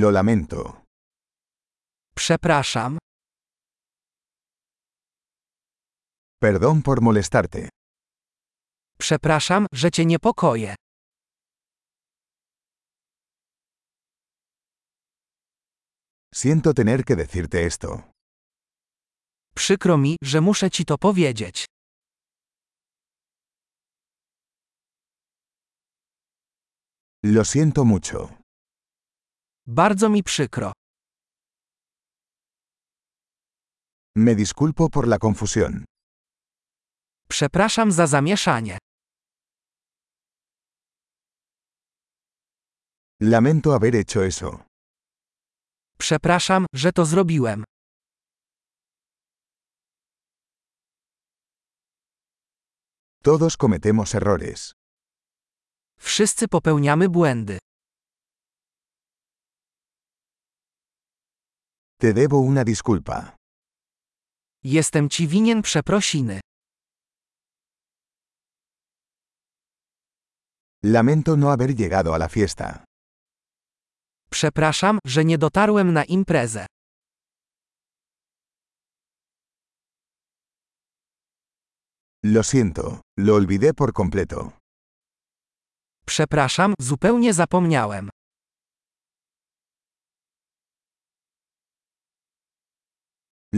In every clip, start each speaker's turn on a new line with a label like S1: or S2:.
S1: Lo lamento.
S2: Przepraszam,
S1: Perdón por molestarte.
S2: przepraszam, że cię niepokoję.
S1: Siento tener que decirte esto.
S2: Przykro mi, że muszę ci to powiedzieć.
S1: Lo siento mucho.
S2: Bardzo mi przykro.
S1: Me disculpo por la confusión.
S2: Przepraszam za zamieszanie.
S1: Lamento haber hecho eso.
S2: Przepraszam, że to zrobiłem.
S1: Todos cometemos errores.
S2: Wszyscy popełniamy błędy.
S1: Te debo una disculpa.
S2: Jestem ci winien przeprosiny.
S1: Lamento no haber llegado a la fiesta.
S2: Przepraszam, że nie dotarłem na imprezę.
S1: Lo siento, lo olvidé por completo.
S2: Przepraszam, zupełnie zapomniałem.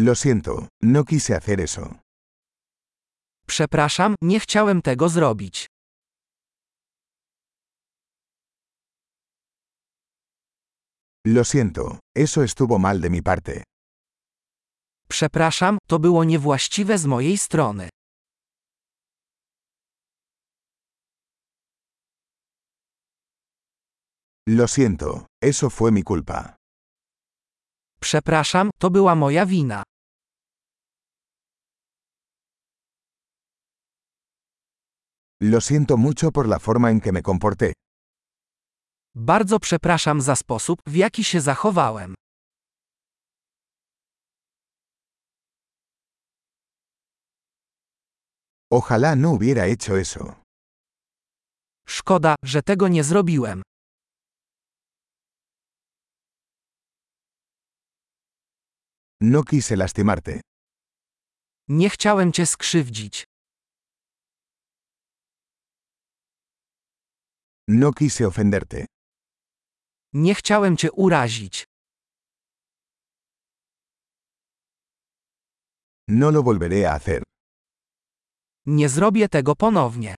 S1: Lo siento, no quise hacer eso.
S2: Przepraszam, nie chciałem tego zrobić.
S1: Lo siento, eso estuvo mal de mi parte.
S2: Przepraszam, to było niewłaściwe z mojej strony.
S1: Lo siento, eso fue mi culpa.
S2: Przepraszam, to była moja wina.
S1: Lo siento mucho por la forma en que me comporté.
S2: Bardzo przepraszam za sposób, w jaki się zachowałem.
S1: Ojalá no hubiera hecho eso.
S2: Szkoda, że tego nie zrobiłem.
S1: No quise lastimarte.
S2: Nie chciałem cię skrzywdzić.
S1: No quise ofenderte.
S2: Nie chciałem cię urazić.
S1: No lo volveré a hacer.
S2: Nie zrobię tego ponownie.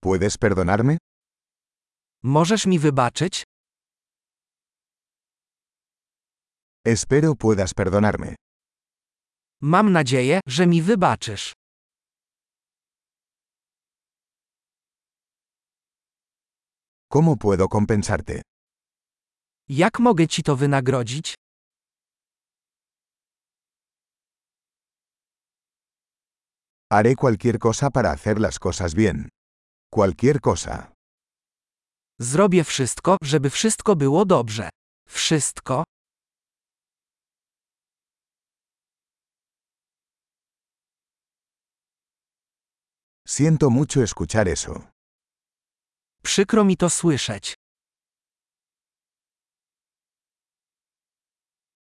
S1: ¿Puedes perdonarme?
S2: Możesz mi wybaczyć?
S1: Espero puedas perdonarme.
S2: Mam nadzieję, że mi wybaczysz.
S1: ¿Cómo puedo compensarte?
S2: Jak mogę ci to wynagrodzić?
S1: Haré cualquier cosa para hacer las cosas bien. Cualquier cosa.
S2: Zrobię wszystko, żeby wszystko było dobrze. Wszystko?
S1: Siento mucho escuchar eso.
S2: Przykro mi to słyszeć.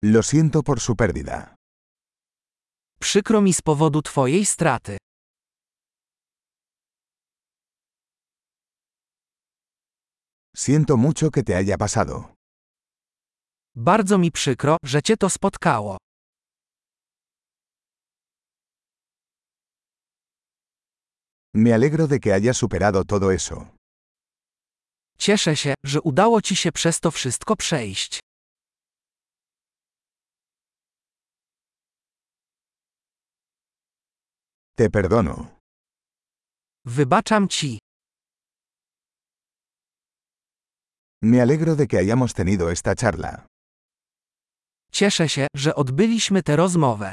S1: Lo siento por su pérdida.
S2: Przykro mi z powodu twojej straty.
S1: Siento mucho que te haya pasado.
S2: Bardzo mi przykro, że cię to spotkało.
S1: Me alegro de que hayas superado todo eso.
S2: Cieszę się, że udało ci się przez to wszystko przejść.
S1: Te perdono.
S2: Wybaczam ci.
S1: Me alegro de que hayamos tenido esta charla.
S2: Cieszę się, że odbyliśmy tę rozmowę.